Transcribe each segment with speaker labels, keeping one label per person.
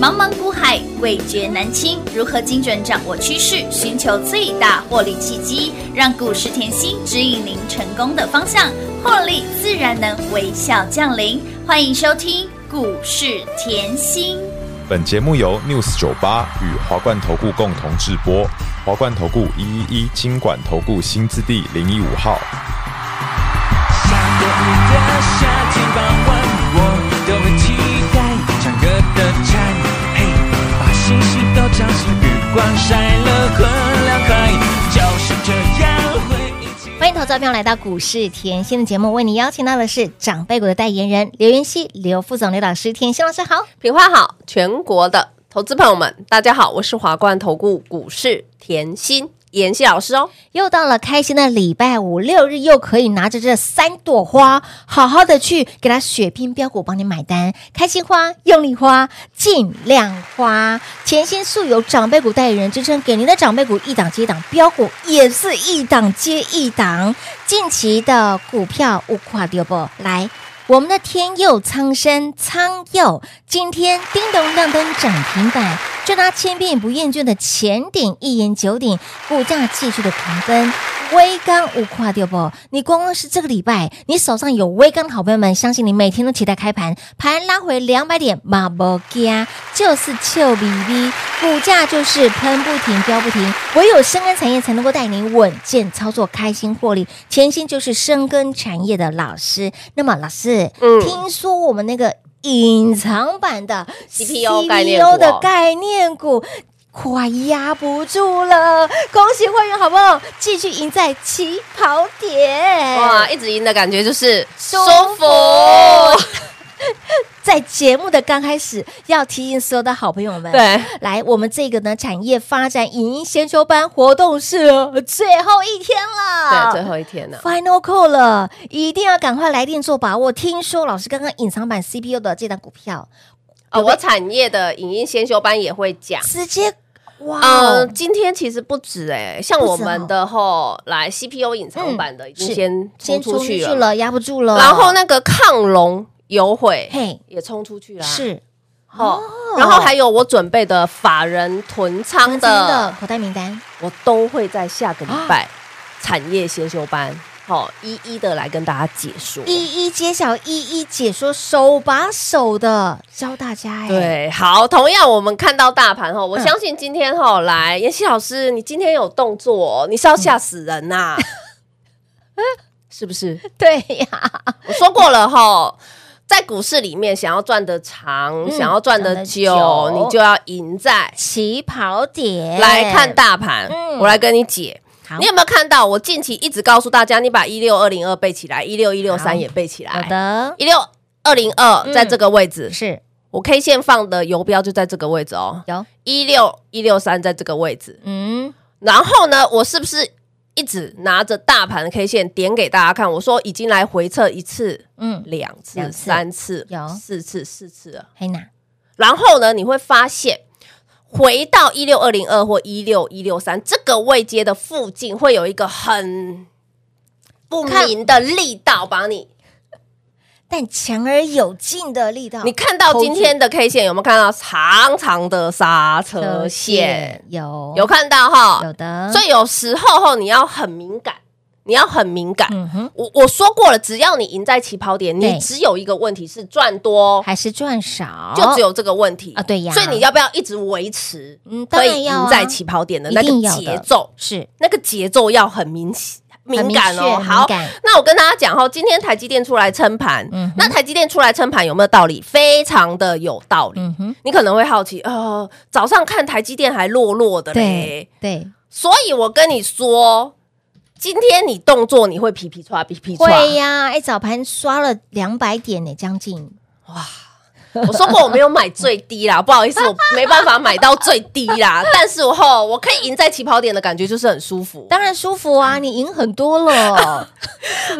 Speaker 1: 茫茫股海，味觉难清。如何精准掌握趋势，寻求最大获利契机，让股市甜心指引您成功的方向，获利自然能微笑降临。欢迎收听股市甜心。
Speaker 2: 本节目由 News 九八与华冠投顾共同制播，华冠投顾一一一金管投顾新字第零一五号。
Speaker 3: 下个雨的夏天傍晚，我都会期待唱歌的蝉，嘿，把星星都唱成月光，晒了很凉快，就是这样会一起。
Speaker 4: 欢迎投资者朋友来到股市甜心的节目，为你邀请到的是长辈股的代言人刘元熙、刘副总、刘老师。甜心老师好，
Speaker 5: 品花好，全国的投资朋友们，大家好，我是华冠投顾股市甜心妍希老师哦。
Speaker 4: 又到了开心的礼拜五、六日，又可以拿着这三朵花，好好的去给它血拼标股，帮你买单。开心花、用力花、尽量花，甜心素有长辈股代言人之称，给您的长辈股一档接一档，标股也是一档接一档。近期的股票无垮丢不来。我们的天佑苍生苍佑，今天叮咚亮灯涨停板，就拿千遍不厌倦的前顶一言九鼎，股价继续的狂奔。微钢无跨掉不？你光光是这个礼拜，你手上有微钢的好朋友们，相信你每天都期待开盘，盘拉回两百点，马不加就是臭 B B，股价就是喷不停，飙不停。唯有深耕产业才能够带你稳健操作，开心获利。甜心就是深耕产业的老师。那么老师，
Speaker 5: 嗯
Speaker 4: 听说我们那个隐藏版的
Speaker 5: CPU 概念股啊
Speaker 4: CPU 的概念股。快压不住了！恭喜会员，好不好？继续赢在起跑点。
Speaker 5: 哇，！一直赢的感觉就是哎舒
Speaker 4: 服
Speaker 5: 服。
Speaker 4: 在节目的刚开始，要提醒所有的好朋友们，，
Speaker 5: 对，
Speaker 4: 来，我们这个呢产业发展影音先修班活动是最后一天了，
Speaker 5: 对，最后一天了。
Speaker 4: Final call 了，一定要赶快来电做把握。听说老师刚刚隐藏版 CPU 的这档股票，
Speaker 5: 呃，我产业的影音先修班也会讲。
Speaker 4: 直接哇、
Speaker 5: 呃，今天其实不止哎、像我们的吼，来 CPU 隐藏版的已
Speaker 4: 是
Speaker 5: 经先
Speaker 4: 先
Speaker 5: 冲
Speaker 4: 出
Speaker 5: 出
Speaker 4: 去
Speaker 5: 去
Speaker 4: 了，
Speaker 5: 了，
Speaker 4: 压不住了。
Speaker 5: 然后？那个抗龙有悔
Speaker 4: 嘿，
Speaker 5: 也冲出去啦，
Speaker 4: 是
Speaker 5: 吼，然后还有我准备的法人囤仓
Speaker 4: 真
Speaker 5: 的
Speaker 4: 的口袋名单，
Speaker 5: 我都会在下个礼拜产业先修班，好、一一的来跟大家解说。
Speaker 4: 一一揭晓，一一解说，手把手的教大家、哎，，
Speaker 5: 对，好，同样我们看到大盘哈，我相信今天哈、来，妍希老师，你今天有动作、哦，你是要吓死人呐、 是不是？
Speaker 4: 对呀、
Speaker 5: 我说过了哈、在股市里面，想要赚的长，
Speaker 4: 嗯
Speaker 5: 想要赚
Speaker 4: 赚得
Speaker 5: 的
Speaker 4: 久
Speaker 5: 久，你就要赢在
Speaker 4: 起跑点
Speaker 5: 来看，大盘。
Speaker 4: 哎嗯
Speaker 5: 我来跟你解
Speaker 4: 好。
Speaker 5: 你有没有看到？我近期一直告诉大家，你把一六二零二背起来，一六一六
Speaker 4: 好
Speaker 5: 三也背起
Speaker 4: 好
Speaker 5: 来。
Speaker 4: 的，嗯
Speaker 5: 一六二零二在这个位置，
Speaker 4: 是
Speaker 5: 我 K 线放的游标就在这个位置哦，
Speaker 4: 有，
Speaker 5: 一六一六三在这个位置。
Speaker 4: 嗯，
Speaker 5: 然后呢，我是不是一直拿着大盘 K 线点给大家看？我说已经来回测一次、
Speaker 4: 嗯，
Speaker 5: 两
Speaker 4: 两
Speaker 5: 次、
Speaker 4: 次
Speaker 5: 三次
Speaker 4: 有、
Speaker 5: 四次、四次了。
Speaker 4: 黑娜，
Speaker 5: 然后呢，你会发现回到一六二零二或一六一六三这个位阶的附近，会有一个很不明的力道把你。
Speaker 4: 但强而有劲的力道，
Speaker 5: 你看到今天的 K 线有没有看到长长的刹车线？
Speaker 4: 有
Speaker 5: 有看到哈
Speaker 4: 有？的，
Speaker 5: 所以有时候吼你要很敏感，你要很敏感。
Speaker 4: 嗯哼，
Speaker 5: 我我说过了，只要你赢在起跑点，
Speaker 4: 对
Speaker 5: 你只有一个问题是赚多，
Speaker 4: 还是赚少，
Speaker 5: 就只有这个问题
Speaker 4: 啊对呀
Speaker 5: 所以你要不要一直维持？
Speaker 4: 嗯，当
Speaker 5: 可
Speaker 4: 然
Speaker 5: 以
Speaker 4: 要
Speaker 5: 赢
Speaker 4: 啊
Speaker 5: 在起跑点的
Speaker 4: 一
Speaker 5: 那
Speaker 4: 定
Speaker 5: 个
Speaker 4: 要的
Speaker 5: 节奏，
Speaker 4: 是
Speaker 5: 那个节奏要很明显
Speaker 4: 很
Speaker 5: 敏感
Speaker 4: 明确
Speaker 5: 哦。
Speaker 4: 很
Speaker 5: 好
Speaker 4: 敏感，
Speaker 5: 那我跟大家讲哦，今天台积电出来撑盘，
Speaker 4: 嗯哼
Speaker 5: 那台积电出来撑盘有没有道理？非常的有道理。
Speaker 4: 嗯哼，
Speaker 5: 你可能会好奇，呃，早上看台积电还弱弱的嘞
Speaker 4: 对，对，
Speaker 5: 所以我跟你说，今天你动作你会啊皮皮抓皮皮抓。
Speaker 4: 会呀，哎，早盘刷了两百点呢，将近，
Speaker 5: 我说过我没有买最低啦，不好意思，我没办法买到最低啦，但是我吼，我可以赢在起跑点的感觉就是很舒服。
Speaker 4: 当然舒服
Speaker 5: 嗯
Speaker 4: 啊，你赢很多 了，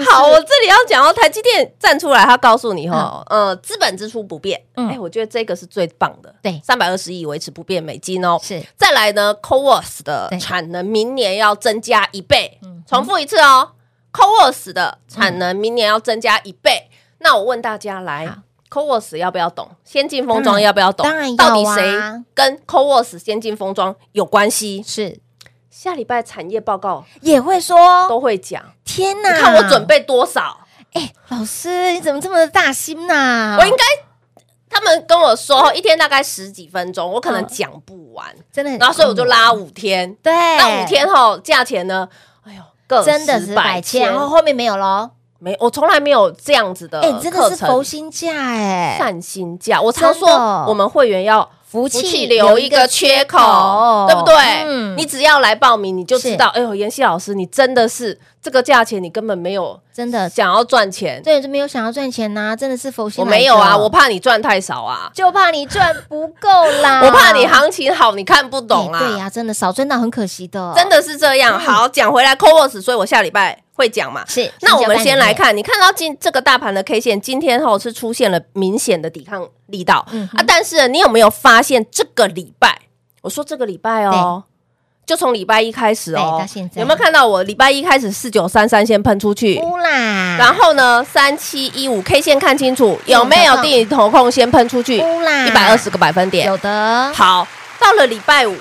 Speaker 5: 好，我这里要讲哦，台积电站出来，他告诉你哈，呃，资本支出不变，
Speaker 4: 嗯
Speaker 5: 哎，我觉得这个是最棒的，
Speaker 4: 对
Speaker 5: 三百二十亿维持不变美金哦。
Speaker 4: 是
Speaker 5: 再来呢 c o w o s 的
Speaker 4: 对
Speaker 5: 产能明年要增加一倍
Speaker 4: 嗯哼，
Speaker 5: 重复一次哦 c o w o s 的产能明年要增加一倍。那我问大家，来
Speaker 4: 好
Speaker 5: c c o w o s 要不要懂？先进封装要不要懂？
Speaker 4: 当然当
Speaker 5: 到
Speaker 4: 然
Speaker 5: 底
Speaker 4: 要啊
Speaker 5: 谁跟 c o w o s 先进封装有关系？
Speaker 4: 是
Speaker 5: 下礼拜产业报告
Speaker 4: 也会说，
Speaker 5: 都会讲，
Speaker 4: 天
Speaker 5: 你
Speaker 4: 哪！
Speaker 5: 看我准，备多少？
Speaker 4: 哎，老师你怎么这么的大心呐？
Speaker 5: 我应该，他们跟我说一天大概十几分钟，我可
Speaker 4: 嗯
Speaker 5: 能讲不完，
Speaker 4: 真的很，
Speaker 5: 然后所以我就拉五天，
Speaker 4: 对，
Speaker 5: 那五天后价钱呢？哎呦，个
Speaker 4: 嗯真的
Speaker 5: 十
Speaker 4: 是
Speaker 5: 百
Speaker 4: 百
Speaker 5: 千
Speaker 4: 千，，然后后面没有喽。
Speaker 5: 没，我从来没有这样子的
Speaker 4: 哎，你真的
Speaker 5: 课
Speaker 4: 是佛
Speaker 5: 程。
Speaker 4: 心价哎，
Speaker 5: 善心价，我常
Speaker 4: 真的
Speaker 5: 说我们会员要
Speaker 4: 福
Speaker 5: 福气留一个缺口，对不对？
Speaker 4: 嗯
Speaker 5: 你只要来报名，你就知道，哎呦，妍希老师，你真的是这个价钱，你根本没有
Speaker 4: 真的
Speaker 5: 想要赚钱。
Speaker 4: 对，就没有想要赚钱呐、真的是佛心
Speaker 5: 我
Speaker 4: 来着。
Speaker 5: 没有啊，我怕你赚太少啊，
Speaker 4: 就怕你赚不够啦，
Speaker 5: 我怕你行情好你看不懂
Speaker 4: 哎啊对
Speaker 5: 啊，
Speaker 4: 呀、嗯真的少赚到很可惜的，
Speaker 5: 真的是这样。好，讲回来 c o w o s 所以我下礼拜会讲嘛。
Speaker 4: 是。
Speaker 5: 那我们先来
Speaker 4: 新交代里面，
Speaker 5: 看，你看到今这个大盘的 K 线，今天后是出现了明显的抵抗力道、
Speaker 4: 嗯哼
Speaker 5: 啊。但是你有没有发现这个礼拜？我说这个礼拜哦，就从礼拜一开始哦
Speaker 4: 对，到现在哦
Speaker 5: 有没有看到我礼拜一开始四九三三先喷出去？
Speaker 4: 乌啦，
Speaker 5: 然后呢，三七一五 K 线看清楚，有没有
Speaker 4: 有哦
Speaker 5: 定投控先喷出去
Speaker 4: 乌啦
Speaker 5: 一百二十个百分点？
Speaker 4: 有的
Speaker 5: 好，到了礼拜五，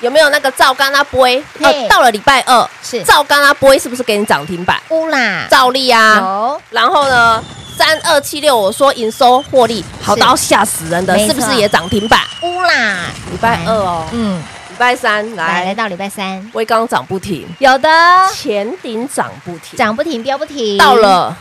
Speaker 5: 有没有那个赵刚那波？
Speaker 4: 嘿
Speaker 5: 呃，到了礼拜二，
Speaker 4: 是
Speaker 5: 赵刚那波是不是给你涨停板？
Speaker 4: 乌啦，
Speaker 5: 照例啊，
Speaker 4: 有
Speaker 5: 然后呢，三二七六，我说营收获利好到吓死人的，
Speaker 4: 没
Speaker 5: 是
Speaker 4: 错
Speaker 5: 不是也涨停板？
Speaker 4: 乌啦，
Speaker 5: 礼拜二哦，
Speaker 4: 嗯，
Speaker 5: 礼拜三
Speaker 4: 来来
Speaker 5: 来，
Speaker 4: 到礼拜三，
Speaker 5: 微刚涨不停，
Speaker 4: 有的
Speaker 5: 前顶涨不停，
Speaker 4: 涨不停，飙不停，
Speaker 5: 到了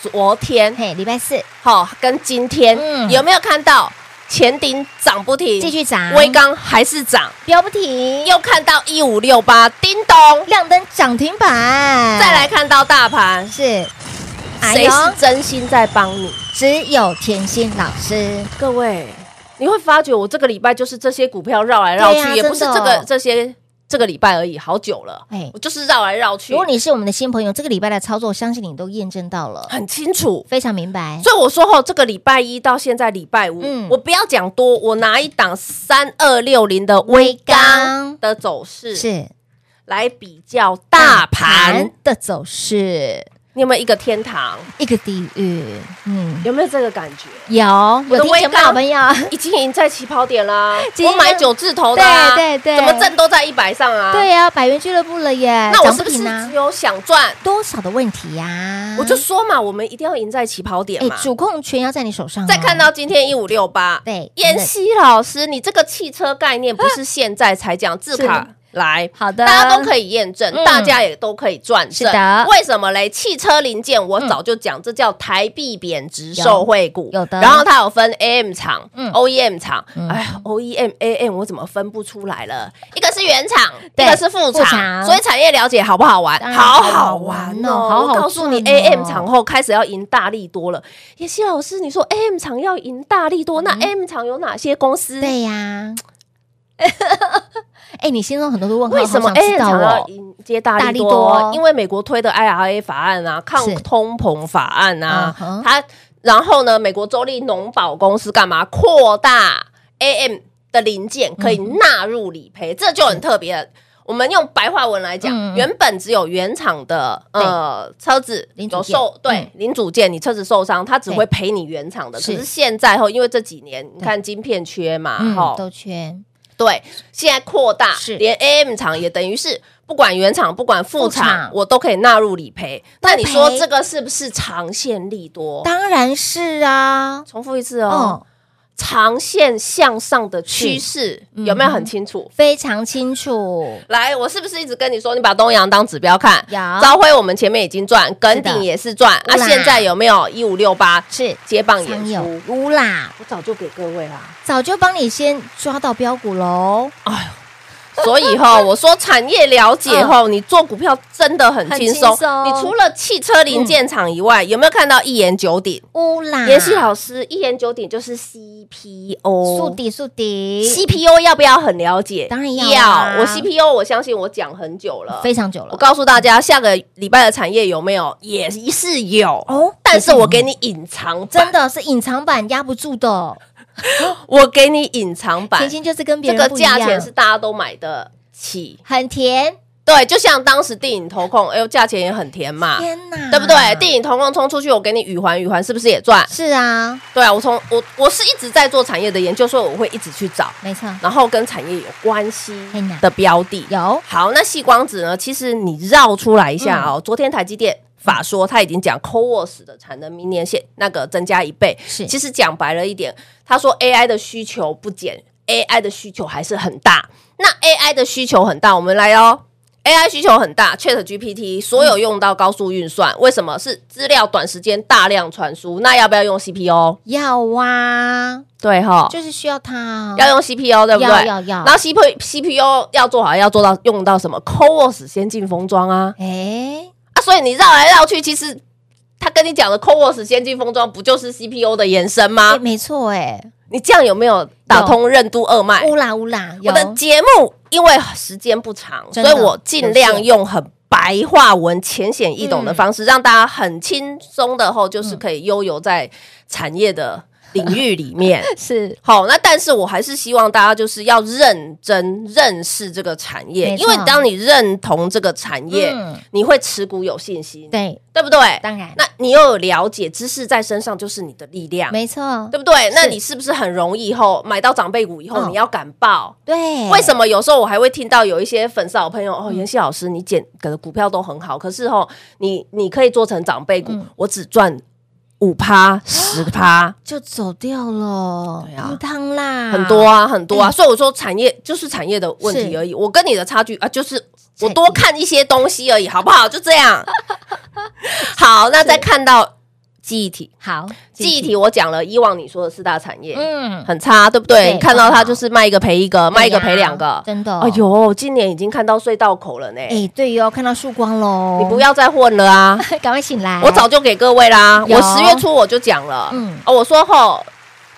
Speaker 5: 昨天，
Speaker 4: 嘿，礼拜四
Speaker 5: 好、跟今天、
Speaker 4: 嗯
Speaker 5: 有没有看到前顶涨不停，
Speaker 4: 继续涨，
Speaker 5: 微刚还是涨，
Speaker 4: 飙不停，
Speaker 5: 又看到一五六八，叮咚，
Speaker 4: 亮灯涨停板，
Speaker 5: 再来看到大盘，
Speaker 4: 是，哎
Speaker 5: 谁
Speaker 4: 呦，
Speaker 5: 是真心在帮你？
Speaker 4: 只有甜心老师，
Speaker 5: 各位，你会发觉我这个礼拜就是这些股票绕来绕去，
Speaker 4: 对啊
Speaker 5: 也不是
Speaker 4: 真的
Speaker 5: 这个这些这个礼拜而已，好久了，
Speaker 4: 哎
Speaker 5: 我就是绕来绕去
Speaker 4: 如，果你是我们的新朋友，这个礼拜的操作，相信你都验证到了，
Speaker 5: 很清楚。
Speaker 4: 非常明白。
Speaker 5: 所以我说后，这个礼拜一到现在礼拜五，
Speaker 4: 嗯
Speaker 5: 我不要讲多，我拿一档三二六零的微
Speaker 4: 刚
Speaker 5: 钢的走势
Speaker 4: 是
Speaker 5: 来比较大盘，
Speaker 4: 的走势，
Speaker 5: 你有没有一个天堂？
Speaker 4: 一个地狱。嗯，
Speaker 5: 有没有这个感觉？
Speaker 4: 有有
Speaker 5: 我的啊
Speaker 4: 听节目的好朋友，
Speaker 5: 已经赢在起跑点啦、
Speaker 4: 今
Speaker 5: 我
Speaker 4: 天
Speaker 5: 买九字头的、啊，
Speaker 4: 对对对
Speaker 5: 怎么挣都在一百上啊？
Speaker 4: 对呀，百元俱乐部了耶，
Speaker 5: 那我
Speaker 4: 涨
Speaker 5: 是不是
Speaker 4: 停
Speaker 5: 只
Speaker 4: 啊？
Speaker 5: 有想赚？
Speaker 4: 多少的问题呀？
Speaker 5: 我就说嘛，我们一定要赢在起跑点
Speaker 4: 哎，
Speaker 5: 嘛。
Speaker 4: 主控权要在你手上哦。
Speaker 5: 再看到今天一五六八，
Speaker 4: 对
Speaker 5: 妍希老师，你这个汽车概念不是现在才讲，字卡来。
Speaker 4: 好的，
Speaker 5: 大家都可以验证，
Speaker 4: 嗯
Speaker 5: 大家也都可以转
Speaker 4: 是
Speaker 5: 正。
Speaker 4: 的
Speaker 5: 为什么嘞？汽车零件我早就讲，这叫台币贬值受惠股。
Speaker 4: 嗯有有的
Speaker 5: 然后它有分 AM 厂、
Speaker 4: 嗯
Speaker 5: OEM 厂。
Speaker 4: 嗯
Speaker 5: 哎呀，OEM、AM 我怎么分不出来了？一个是原厂，
Speaker 4: 对
Speaker 5: 一个是副
Speaker 4: 副
Speaker 5: 厂。
Speaker 4: 厂
Speaker 5: 所以产业了解好不好玩
Speaker 4: 当？然
Speaker 5: 好
Speaker 4: 好
Speaker 5: 好
Speaker 4: 玩
Speaker 5: 玩
Speaker 4: 哦好
Speaker 5: 哦！
Speaker 4: 好
Speaker 5: 我告诉你
Speaker 4: 赚哦
Speaker 5: ，AM 厂后开始要赢大力多了。妍希老师，你说 AM 厂要赢大力多，
Speaker 4: 嗯
Speaker 5: 那 AM 厂有哪些公司？
Speaker 4: 对呀。 哎，你心中很多的问号，
Speaker 5: 为什么
Speaker 4: 好想
Speaker 5: A
Speaker 4: 知道
Speaker 5: 厂要
Speaker 4: 哦？
Speaker 5: 迎接大
Speaker 4: 大
Speaker 5: 力
Speaker 4: 力
Speaker 5: 多？
Speaker 4: 多
Speaker 5: 因为美国推的 IRA 法案啊，抗
Speaker 4: 是
Speaker 5: 通膨法案啊
Speaker 4: 嗯哼，
Speaker 5: 它然后呢，美国州立农保公司干嘛扩大 AM 的零件可以纳入理赔，这就很特别了。我们用白话文来讲，
Speaker 4: 嗯
Speaker 5: 原本只有原厂的呃车子
Speaker 4: 零组
Speaker 5: 有
Speaker 4: 件嗯
Speaker 5: 受对零组件，你车子受伤，它只
Speaker 4: 对
Speaker 5: 会赔你原厂的。可
Speaker 4: 是
Speaker 5: 是现在后，因为这几年你看晶片缺嘛，哈
Speaker 4: 嗯，，都缺
Speaker 5: 对，现在扩大，
Speaker 4: 是
Speaker 5: 连 AM 厂也等于是不管原厂不管副
Speaker 4: 副
Speaker 5: 厂
Speaker 4: 厂，
Speaker 5: 我都可以纳入理赔。那你说
Speaker 4: 赔
Speaker 5: 这个是不是长线利多？
Speaker 4: 当然是啊。
Speaker 5: 重复一次哦，，长线向上的趋势
Speaker 4: 嗯
Speaker 5: 有没有很清楚？
Speaker 4: 非常清楚。
Speaker 5: 来，我是不是一直跟你说，你把东阳当指标看？
Speaker 4: 有
Speaker 5: 朝晖我们前面已经赚，耿鼎也是赚，啊，
Speaker 4: 乌啦
Speaker 5: 现在有没有一五六八
Speaker 4: 是
Speaker 5: 接棒演
Speaker 4: 常有
Speaker 5: 出？
Speaker 4: 乌啦，
Speaker 5: 我早就给各位啦。
Speaker 4: 早就帮你先抓到标股喽，
Speaker 5: 所以哈，我说产业了解后，你做股票真的很轻松
Speaker 4: 嗯很轻。松
Speaker 5: 你除了汽车零件厂以外，有没有看到一言九鼎？
Speaker 4: 乌啦，
Speaker 5: 妍希老师，一言九鼎就是 CPO，
Speaker 4: 速底速底，
Speaker 5: CPO 要不要很了解？
Speaker 4: 当然要啊
Speaker 5: 我 CPO 我相信我讲很久了，
Speaker 4: 非常久
Speaker 5: 我
Speaker 4: 了
Speaker 5: 告诉大家，下个礼拜的产业有没有？也是有，
Speaker 4: 哦
Speaker 5: 但是我给你隐藏
Speaker 4: 真
Speaker 5: 版，
Speaker 4: 的是隐藏版压不住的，
Speaker 5: 我给你隐藏版
Speaker 4: 甜，心就是跟别
Speaker 5: 这
Speaker 4: 人
Speaker 5: 个
Speaker 4: 不一样
Speaker 5: 价钱是大家都买得起。
Speaker 4: 很甜，
Speaker 5: 对，就像当时电影投控，哎呦，价钱也很甜嘛，
Speaker 4: 天哪，
Speaker 5: 啊对不对？电影投控冲出去，我给你宇环，宇环是不是也赚？
Speaker 4: 是啊，
Speaker 5: 对啊，我从我我是一直在做产业的研究，所以我会一直去找，
Speaker 4: 没错，
Speaker 5: 然后跟产业有关系
Speaker 4: 嘿呐
Speaker 5: 的标的。
Speaker 4: 有嗯
Speaker 5: 好，那细光子呢？其实你绕出来一下哦，昨天台积电。法说他已经讲 CoWoS 的产能明年现那个增加一倍，
Speaker 4: 是
Speaker 5: 其实讲白了一点，他说 AI 的需求不减，AI 的需求还是很大。那 AI 的需求很大，我们来哦。AI 需求很大，Chat GPT 所有用到高速运算，为什么是资料短时间大量传输？那要不要用 CPU？
Speaker 4: 要啊，
Speaker 5: 对哈，
Speaker 4: 就是需要它啊
Speaker 5: 要用 CPU 对不对？
Speaker 4: 要要要
Speaker 5: 然后 C P C P U 要做好，要做到用到什么 CoWoS 先进封装啊
Speaker 4: 哎，
Speaker 5: 啊！所以你绕来绕去，其实他跟你讲的 CoWoS 先进封装不就是 C P U 的延伸吗
Speaker 4: 哎？没错，哎，
Speaker 5: 你这样有没有打通任督二脉？
Speaker 4: 乌啦乌啦，
Speaker 5: 哎我
Speaker 4: 有
Speaker 5: 的节目因为时间不长，所
Speaker 4: 真的
Speaker 5: 以我尽量用很白话文、浅显易懂的方式，让大家很轻松的后，就是可以悠游在产业的领域里面。
Speaker 4: 是
Speaker 5: 好，那但是我还是希望大家就是要认真认识这个产业
Speaker 4: 没，错
Speaker 5: 因为当你认同这个产业，
Speaker 4: 嗯
Speaker 5: 你会持股有信心，
Speaker 4: 对，
Speaker 5: 对不对？
Speaker 4: 当然
Speaker 5: 那你又有了解，知识在身上就是你的力量，
Speaker 4: 没错
Speaker 5: 对，不对？那你是不是很容易以后买到长辈股以后，
Speaker 4: 嗯
Speaker 5: 你要敢报？
Speaker 4: 对，
Speaker 5: 为什么有时候我还会听到有一些粉丝好朋友哦，妍希老师，你捡的股票都很好，可是哦，你你可以做成长辈股，我只赚五趴、十趴。
Speaker 4: 就走掉了？
Speaker 5: 对啊
Speaker 4: 嗯汤啦，
Speaker 5: 很多啊，很多啊，所以我说产业就是产业的问题
Speaker 4: 是
Speaker 5: 而已。我跟你的差距啊，就是
Speaker 4: 产
Speaker 5: 我
Speaker 4: 业
Speaker 5: 多看一些东西而已，好不好？就这样。好，那再看到记忆体，
Speaker 4: 好，
Speaker 5: 记忆体我讲了，以往你说的四大产业
Speaker 4: 嗯，
Speaker 5: 很差，对不对？
Speaker 4: 对
Speaker 5: 你看到
Speaker 4: 不好
Speaker 5: 它就是卖一个赔一个，卖一个赔两
Speaker 4: 对呀
Speaker 5: 个。
Speaker 4: 真的，
Speaker 5: 哎，呦，今年已经看到隧道口了呢，
Speaker 4: 哎，对哟，看到曙光喽，
Speaker 5: 你不，要再混了啊！
Speaker 4: 赶快醒来，
Speaker 5: 我早就给各位啦，
Speaker 4: 嗯有
Speaker 5: 我十月初我就讲了，
Speaker 4: 嗯
Speaker 5: 嗯，哦，我说吼，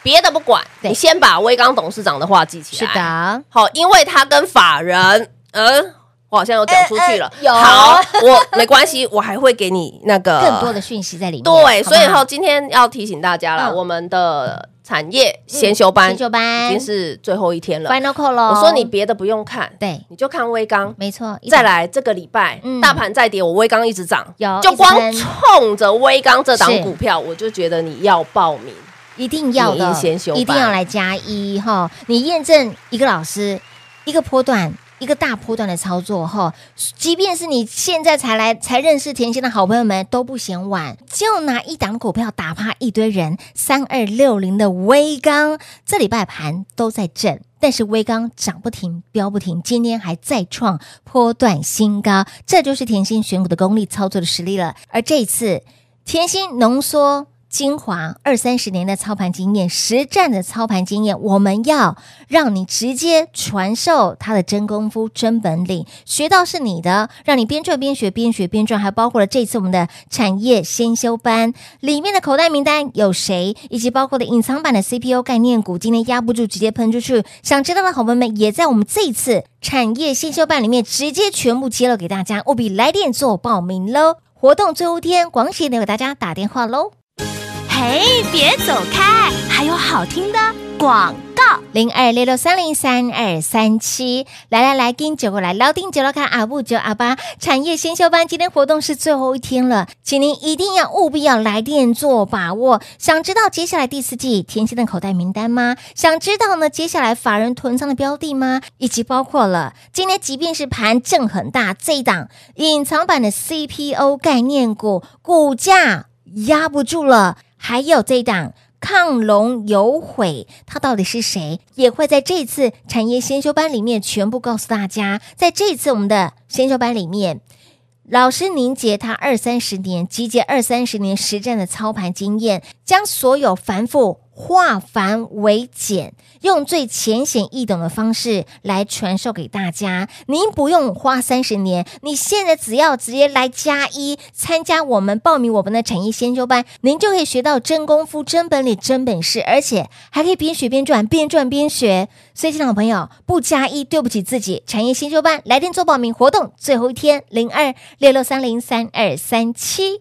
Speaker 5: 别的不管，
Speaker 4: 对
Speaker 5: 你先把威刚董事长的话记起
Speaker 4: 是
Speaker 5: 来。
Speaker 4: 的，
Speaker 5: 好，因为他跟法人，嗯，我好像有讲出去了。
Speaker 4: 嗯嗯有
Speaker 5: 好，我没关系，我 还会给你那个
Speaker 4: 更多的讯息在里面，
Speaker 5: 对，所以
Speaker 4: 好
Speaker 5: 哈，今天要提醒大家了，
Speaker 4: 嗯
Speaker 5: 我们的产业先修班
Speaker 4: 新九
Speaker 5: 已
Speaker 4: 班
Speaker 5: 经是最后一天了。
Speaker 4: final call 喽，
Speaker 5: 我说你别的不用看，
Speaker 4: 对，
Speaker 5: 你就看威刚。
Speaker 4: 没错，一
Speaker 5: 再
Speaker 4: 档
Speaker 5: 来这个礼拜
Speaker 4: 嗯，
Speaker 5: 大盘再跌，我威刚一直涨
Speaker 4: 有，
Speaker 5: 就光
Speaker 4: 一直喷
Speaker 5: 冲着威刚这档
Speaker 4: 是
Speaker 5: 股票，我就觉得你要报名。
Speaker 4: 一定要
Speaker 5: 你
Speaker 4: 的
Speaker 5: 一先修，班
Speaker 4: 一定要来加一哈。你验证一个老师一个波段。一个大波段的操作哈，即便是你现在才来才认识甜心的好朋友们都不嫌晚，就拿一档股票打趴一堆人，三二六零的微钢，这礼拜盘都在震，但是微钢涨不停，飙不停，今天还再创波段新高，这就是甜心选股的功力操作的实力了。而这一次甜心浓缩精华二三十年的操盘经验，实战的操盘经验，我们要让你直接传授他的真功夫、真本领，学到是你的，让你边赚边学，边学边赚，还包括了这次我们的产业先修班里面的口袋名单有谁，以及包括的隐藏版的 CPU 概念股，今天压不住直接喷出去。想知道的好朋友们，也在我们这一次产业先修班里面直接全部揭露给大家，务必来电做报名喽！活动最后一天，广喜的给大家打电话喽。
Speaker 1: 嘿，别走开，还有好听的广告。
Speaker 4: 零二六六三零三二三七，来来来，跟九过来，老丁九老卡阿布九阿巴产业先修班，今天活动是最后一天了，请您一定要务必要来电做把握。想知道接下来第四季甜心的口袋名单吗？想知道呢接下来法人囤仓的标的吗？以及包括了今天即便是盘正很大，这一档隐藏版的 CPO 概念股股价压不住了，还有这一档。抗龙有悔，他到底是谁，也会在这次产业先修班里面全部告诉大家。在这次我们的先修班里面，老师凝结他二三十年集结二三十年实战的操盘经验，将所有繁复化繁为简，用最浅显易懂的方式来传授给大家。您不用花三十年，你现在只要直接来加一参加我们报名我们的产业先修班，您就可以学到真功夫、真本领、真本事，而且还可以边学边赚，边赚边学。所以，亲爱的朋友，不加一对不起自己。产业先修班来电做报名活动，最后一天零二六六三零三二三七。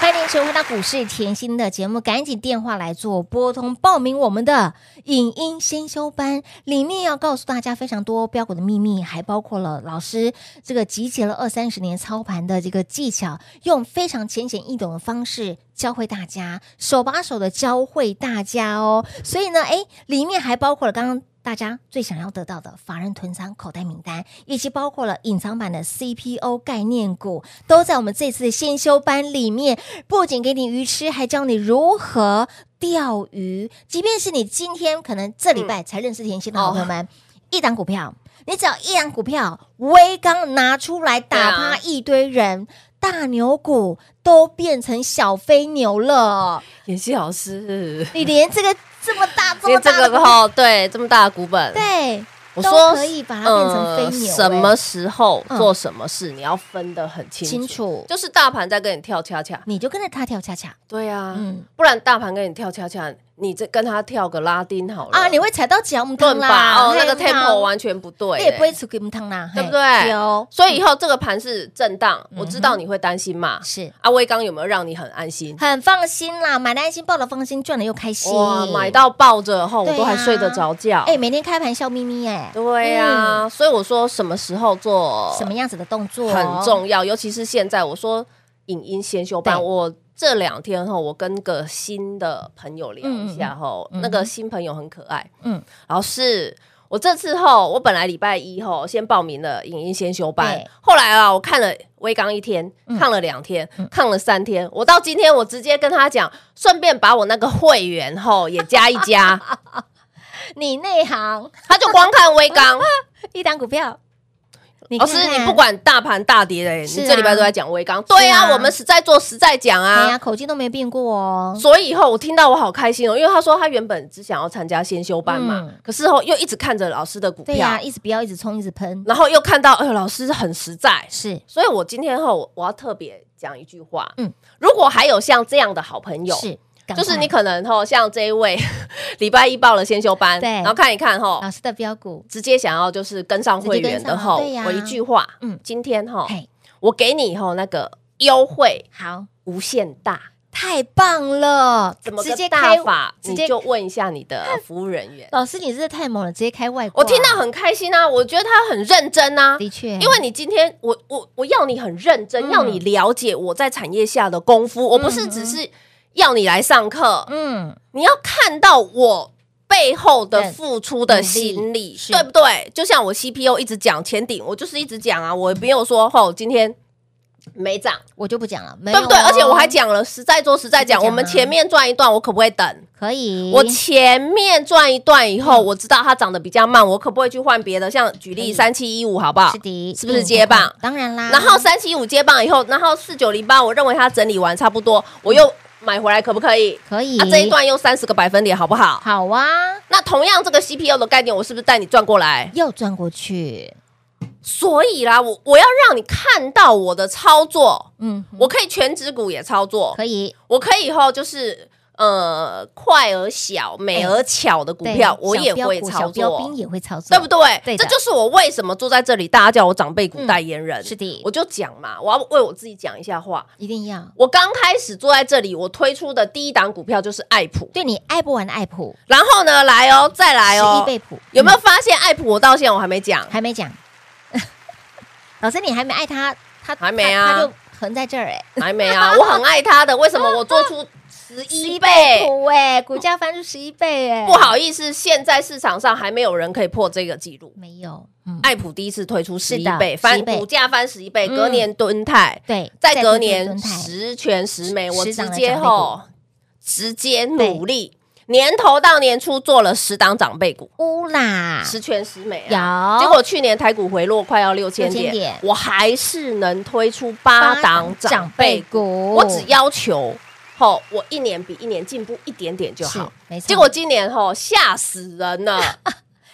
Speaker 4: 欢迎收回到股市甜心的节目，赶紧电话来做拨通报名我们的影音先修班，里面要告诉大家非常多标股的秘密，还包括了老师这个集结了二三十年操盘的这个技巧，用非常浅显易懂的方式。教会大家手把手的教会大家哦，所以呢，诶，里面还包括了刚刚大家最想要得到的法人囤仓口袋名单，以及包括了隐藏版的 CPO 概念股，都在我们这次先修班里面。不仅给你鱼吃，还教你如何钓鱼。即便是你今天可能这礼拜
Speaker 5: 嗯
Speaker 4: 才认识甜心的好朋友
Speaker 5: 哦
Speaker 4: 们，一档股票，你只要一档股票，微刚拿出来打
Speaker 5: 对啊
Speaker 4: 趴一堆人，大牛股都变成小飞牛 了。
Speaker 5: 妍希老师，
Speaker 4: 你连这个这么大、这么
Speaker 5: 连这
Speaker 4: 大
Speaker 5: 个
Speaker 4: 的股
Speaker 5: 哈，对，这么大的股本，
Speaker 4: 对，
Speaker 5: 我
Speaker 4: 都
Speaker 5: 说
Speaker 4: 可以把它变成飞牛、
Speaker 5: 呃什么
Speaker 4: 哎
Speaker 5: 时候
Speaker 4: 嗯
Speaker 5: 做什么事，你要分得很清
Speaker 4: 清楚？
Speaker 5: 就是大盘在跟你跳恰恰，
Speaker 4: 你就跟着他跳恰恰，
Speaker 5: 对啊，
Speaker 4: 嗯
Speaker 5: 不然大盘跟你跳恰恰，你这跟他跳个拉丁好了
Speaker 4: 啊，你会踩到脚木
Speaker 5: 顿
Speaker 4: 汤
Speaker 5: 吧？
Speaker 4: 啦，
Speaker 5: 哦，那个
Speaker 4: 嘿
Speaker 5: tempo 完全不对、欸
Speaker 4: 那也不会出给木汤啦，
Speaker 5: 对
Speaker 4: 嘿
Speaker 5: 不对哦
Speaker 4: 有嗯
Speaker 5: 所以以后这个盘是震荡，我知道你会担心嘛。
Speaker 4: 是
Speaker 5: 阿威刚有没有让你很安心？
Speaker 4: 很放心啦，买的安心，抱的放心，赚的又开心，
Speaker 5: 哇，买到抱着后，
Speaker 4: 对啊
Speaker 5: 我都还睡得着觉。
Speaker 4: 哎，每天开盘笑眯眯哎，
Speaker 5: 对呀、啊，所以我说什么时候做
Speaker 4: 什么样子的动作
Speaker 5: 哦
Speaker 4: 哦
Speaker 5: 很重要，尤其是现在，我说影音先修班，
Speaker 4: 对
Speaker 5: 我这两天哈，我跟个新的朋友聊一下哈，
Speaker 4: 嗯嗯
Speaker 5: 那个新朋友很可爱，
Speaker 4: 嗯
Speaker 5: 嗯，然后是。我这次后，我本来礼拜一后先报名了影音先修班
Speaker 4: 对，嗯
Speaker 5: 后来啊，我看了微刚一天，看了两天，看了三天，我到今天我直接跟他讲，顺便把我那个会员后也加一 加，
Speaker 4: 你内行，
Speaker 5: 他就光看微刚，
Speaker 4: 一档股票，你
Speaker 5: 老
Speaker 4: 看
Speaker 5: 师，
Speaker 4: 看
Speaker 5: 你不管大盘大跌嘞，
Speaker 4: 是啊
Speaker 5: 你这礼拜都在讲微钢。对
Speaker 4: 是啊
Speaker 5: 啊，我们实在做实在讲
Speaker 4: 哎
Speaker 5: 啊
Speaker 4: 呀，。口径都没变过哦，
Speaker 5: 所以以后我听到我好开心哦，因为他说他原本只想要参加先修班嘛
Speaker 4: 嗯，
Speaker 5: 可是后又一直看着老师的股
Speaker 4: 对呀，
Speaker 5: 票，
Speaker 4: 一直不要一直冲一直喷，
Speaker 5: 然后又看到哎呦老师很实在，
Speaker 4: 是
Speaker 5: 所以我今天后我要特别讲一句话，
Speaker 4: 嗯
Speaker 5: 嗯，如果还有像这样的好朋友，
Speaker 4: 是，赶
Speaker 5: 就是你
Speaker 4: 快
Speaker 5: 可能吼像这一位 礼拜一报了先修班，
Speaker 4: 对嗯
Speaker 5: 然后看一看吼，
Speaker 4: 老师的标股，
Speaker 5: 直接想要就是跟上会员的吼，
Speaker 4: 直接跟上对呀
Speaker 5: 我一句话，
Speaker 4: 嗯
Speaker 5: 嗯，今天吼
Speaker 4: 嘿，
Speaker 5: 我给你吼那个优惠
Speaker 4: 好，
Speaker 5: 无限大，
Speaker 4: 太棒了，
Speaker 5: 怎么
Speaker 4: 直
Speaker 5: 个
Speaker 4: 接
Speaker 5: 大
Speaker 4: 开
Speaker 5: 法？
Speaker 4: 直
Speaker 5: 你
Speaker 4: 接。
Speaker 5: 就问一下你的服务人员
Speaker 4: 老师，你真的太猛了，直接开外挂。
Speaker 5: 我听到很开心啊，我觉得他很认真啊，
Speaker 4: 的确，
Speaker 5: 因为你今天我我我要你很认
Speaker 4: 嗯
Speaker 5: 真，要你了解我在产业下的功夫，我不是只是要你来上课，
Speaker 4: 嗯，
Speaker 5: 你要看到我背后的
Speaker 4: 对
Speaker 5: 付出的心
Speaker 4: 嗯努力
Speaker 5: 力，
Speaker 4: 是
Speaker 5: 对不对？就像我 CPU 一直讲前顶，我就是一直讲啊，我也没有说吼今天没涨，
Speaker 4: 我就不讲了，没有
Speaker 5: 对不对？
Speaker 4: 哦
Speaker 5: 而且我还讲了，实在做实在
Speaker 4: 实在
Speaker 5: 讲，
Speaker 4: 讲啊
Speaker 5: 我们前面赚一段，我可不可以等？
Speaker 4: 可以，
Speaker 5: 我前面赚一段以
Speaker 4: 嗯
Speaker 5: 后，我知道它涨得比较慢，我可不可以去换别的？像举例三七一五，好不好
Speaker 4: 是？的，
Speaker 5: 是不是接棒
Speaker 4: 嗯当然啦，
Speaker 5: 然后三七五接棒以后，然后四九零八，我认为它整理完差不多，我又买回来，可不可以？
Speaker 4: 可以
Speaker 5: 啊，这一段又三十个百分点，好不好？
Speaker 4: 好啊，
Speaker 5: 那同样这个 CPU 的概念，我是不是带你转过来？
Speaker 4: 又转过去，
Speaker 5: 所以啦，我我要让你看到我的操作，
Speaker 4: 嗯，
Speaker 5: 我可以全指股也操作，
Speaker 4: 可以，
Speaker 5: 我可以以后就是呃快而小、美而巧的股
Speaker 4: 对
Speaker 5: 票，我也
Speaker 4: 小标
Speaker 5: 会
Speaker 4: 股
Speaker 5: 操
Speaker 4: 小标
Speaker 5: 作
Speaker 4: 兵。也会操作，
Speaker 5: 对不对？
Speaker 4: 对的
Speaker 5: 这就是我为什么坐在这里，大家叫我长辈股代言人。
Speaker 4: 是的
Speaker 5: 我就讲嘛，我要为我自己讲一下话。
Speaker 4: 一定要
Speaker 5: 我刚开始坐在这里，我推出的第一档股票就是爱普，
Speaker 4: 对你爱不完的爱普，
Speaker 5: 然后呢，来哦，再来
Speaker 4: 十
Speaker 5: 哦
Speaker 4: 一，倍普，
Speaker 5: 有没有
Speaker 4: 嗯
Speaker 5: 发现爱普？我到现在我还没讲，
Speaker 4: 还没讲？ 老师，你还没爱他，他
Speaker 5: 还没
Speaker 4: 他
Speaker 5: 啊
Speaker 4: 他就横在这儿哎，
Speaker 5: 还没啊， 我很爱他的，为什么我做出十一倍？
Speaker 4: 普哎，股价翻出十一倍哎，
Speaker 5: 不，好意思，现在市场上还没有人可以破这个记录。
Speaker 4: 没有，嗯，
Speaker 5: 爱普第一次推出十一
Speaker 4: 是的
Speaker 5: 倍，
Speaker 4: 11
Speaker 5: 翻
Speaker 4: 倍
Speaker 5: 股价翻十一倍，
Speaker 4: 嗯
Speaker 5: 隔年敦泰，
Speaker 4: 对，
Speaker 5: 再隔
Speaker 4: 蹲
Speaker 5: 年
Speaker 4: 台
Speaker 5: 十全十美，我
Speaker 4: 十档
Speaker 5: 直
Speaker 4: 的
Speaker 5: 接
Speaker 4: 长辈股
Speaker 5: 吼，直接努力，年头到年初做了十档长辈股，
Speaker 4: 乌啦，
Speaker 5: 十全十美啊。
Speaker 4: 有，
Speaker 5: 结果去年台股回落快要六千
Speaker 4: 6000点
Speaker 5: 点，我还是能推出八档长辈股。
Speaker 4: 股
Speaker 5: 我只要求，吼，我一年比一年进步一点点就好
Speaker 4: 是。没错。
Speaker 5: 结果今年吼吓死人了，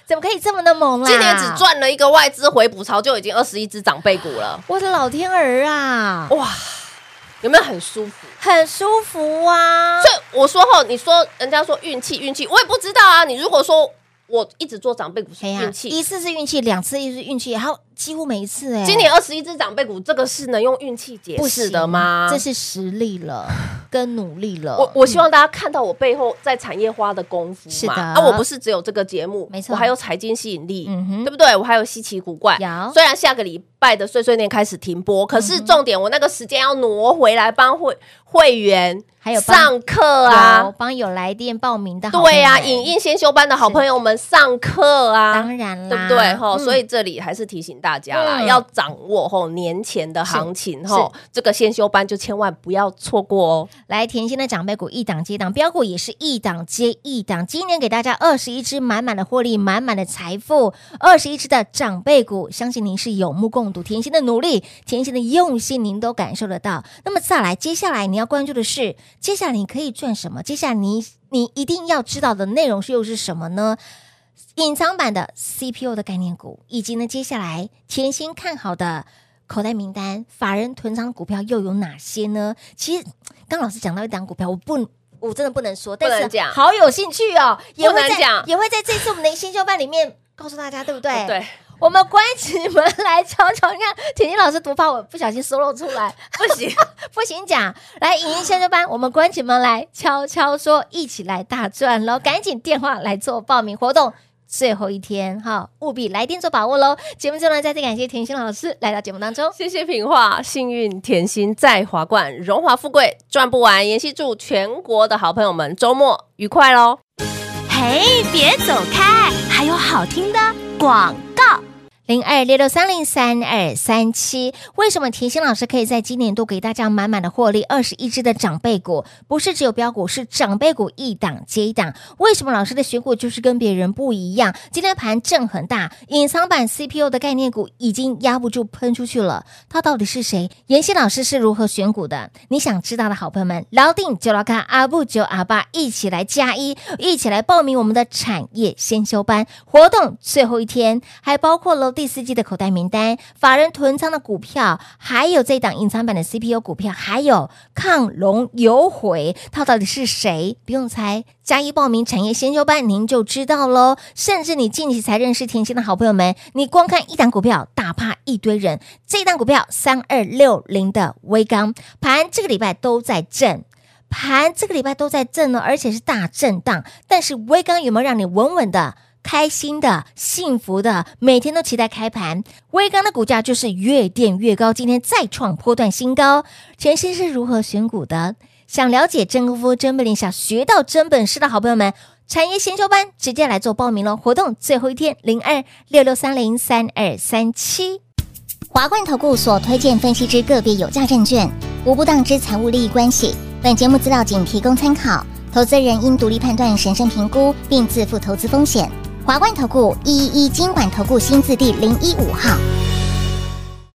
Speaker 4: 怎么可以这么的猛啦？
Speaker 5: 今年只，赚了一个外资回补潮，就已经二十一只长辈股了，
Speaker 4: 我的老天儿啊，
Speaker 5: 哇，有没有很舒服？
Speaker 4: 很舒服啊！
Speaker 5: 所以我说后，你说人家说运气，运气，我也不知道啊。你如果说我一直做长辈股是
Speaker 4: 哎呀
Speaker 5: 运，气，
Speaker 4: 一次是运气，两次又是运气，然后几乎每一次哎、
Speaker 5: 今年二十一只长辈股，这个是能用运气解
Speaker 4: 不
Speaker 5: 释
Speaker 4: 行
Speaker 5: 的吗？
Speaker 4: 这是实力了，跟努力了。
Speaker 5: 我我希望大家看到我背后在产业花的功夫
Speaker 4: 嗯
Speaker 5: 嘛，
Speaker 4: 是的
Speaker 5: 啊，我不是只有这个节目，
Speaker 4: 没错
Speaker 5: 我还有财经吸引力，
Speaker 4: 嗯哼
Speaker 5: 对不对？我还有稀奇古怪
Speaker 4: 有。
Speaker 5: 虽然下个礼拜的碎碎念开始停播，可
Speaker 4: 嗯
Speaker 5: 是重点我那个时间要挪回来帮会会员
Speaker 4: 还有帮
Speaker 5: 上课
Speaker 4: 有
Speaker 5: 啊，
Speaker 4: 帮有来电报名的好
Speaker 5: 对呀、
Speaker 4: 朋友们
Speaker 5: 影印先修班的好朋友们上课啊，
Speaker 4: 当然啦，
Speaker 5: 对不对？吼，
Speaker 4: 嗯
Speaker 5: 所以这里还是提醒大家啦，
Speaker 4: 嗯
Speaker 5: 要掌握吼年前的行情
Speaker 4: 是
Speaker 5: 吼，这个先修班就千万不要错过哦。
Speaker 4: 来甜心的长辈股一档接一档，标股也是一档接一档。今年给大家二十一只满满的获利，满满的财富，二十一只的长辈股，相信您是有目共睹。甜心的努力，甜心的用心，您都感受得到。那么再来，接下来你要关注的是，接下来你可以赚什么？接下来你你一定要知道的内容是又是什么呢？隐藏版的 CPU 的概念股，以及呢，接下来甜心看好的口袋名单，法人囤仓股票又有哪些呢？其实刚老师讲到一档股票，我不。我真的不能说，
Speaker 5: 不能
Speaker 4: 但是
Speaker 5: 讲
Speaker 4: 好有兴趣哦，也会
Speaker 5: 不能
Speaker 4: 在
Speaker 5: 讲
Speaker 4: 也会在这次我们的新秀班里面告诉大家，对不对？
Speaker 5: 哦对，
Speaker 4: 我们关起门来瞧瞧，你看甜甜老师多怕我不小心说漏出来，
Speaker 5: 不行，
Speaker 4: 不行讲。来，影音先修班，我们关起门来悄悄说，一起来大赚喽！赶紧电话来做报名活动。最后一天哈，务必来电做把握喽！节目最后呢，再次感谢甜心老师来到节目当中。
Speaker 5: 谢谢品画，幸运甜心在华冠，荣华富贵赚不完。妍希祝全国的好朋友们周末愉快喽！
Speaker 1: 嘿，别走开，还有好听的广告。
Speaker 4: 零二六六三零三二三七，为什么甜心老师可以在今年度给大家满满的获利？二十一只的长辈股，不是只有标股，是长辈股一档接一档。为什么老师的选股就是跟别人不一样？今天盘正很大，隐藏版 CPU 的概念股已经压不住喷出去了，它到底是谁？妍希老师是如何选股的？你想知道的好朋友们，老定九老咖阿布九阿爸一起来加一，一起来报名我们的产业先修班活动最后一天，还包括了第四季的口袋名单、法人囤仓的股票，还有这档隐藏版的 CPU 股票，还有抗龙有悔，它到底是谁？不用猜，加一报名产业先修班您就知道喽。甚至你近期才认识甜心的好朋友们，你光看一档股票打怕一堆人，这档股票三二六零的微钢盘这个礼拜都在震。盘这个礼拜都在震呢，而且是大震荡。但是微刚有没有让你稳稳的、开心的、幸福的，每天都期待开盘？微刚的股价就是越垫越高，今天再创波段新高。甜心是如何选股的？想了解真功夫、真本领，想学到真本事的好朋友们，产业先修班直接来做报名喽！活动最后一天，零二六六三零三二三七。
Speaker 6: 华冠投顾所推荐分析之个别有价证券，无不当之财务利益关系。本节目资料仅提供参考，投资人应独立判断、审慎评估，并自负投资风险。华冠投顾一一一金管投顾新字第零一五号。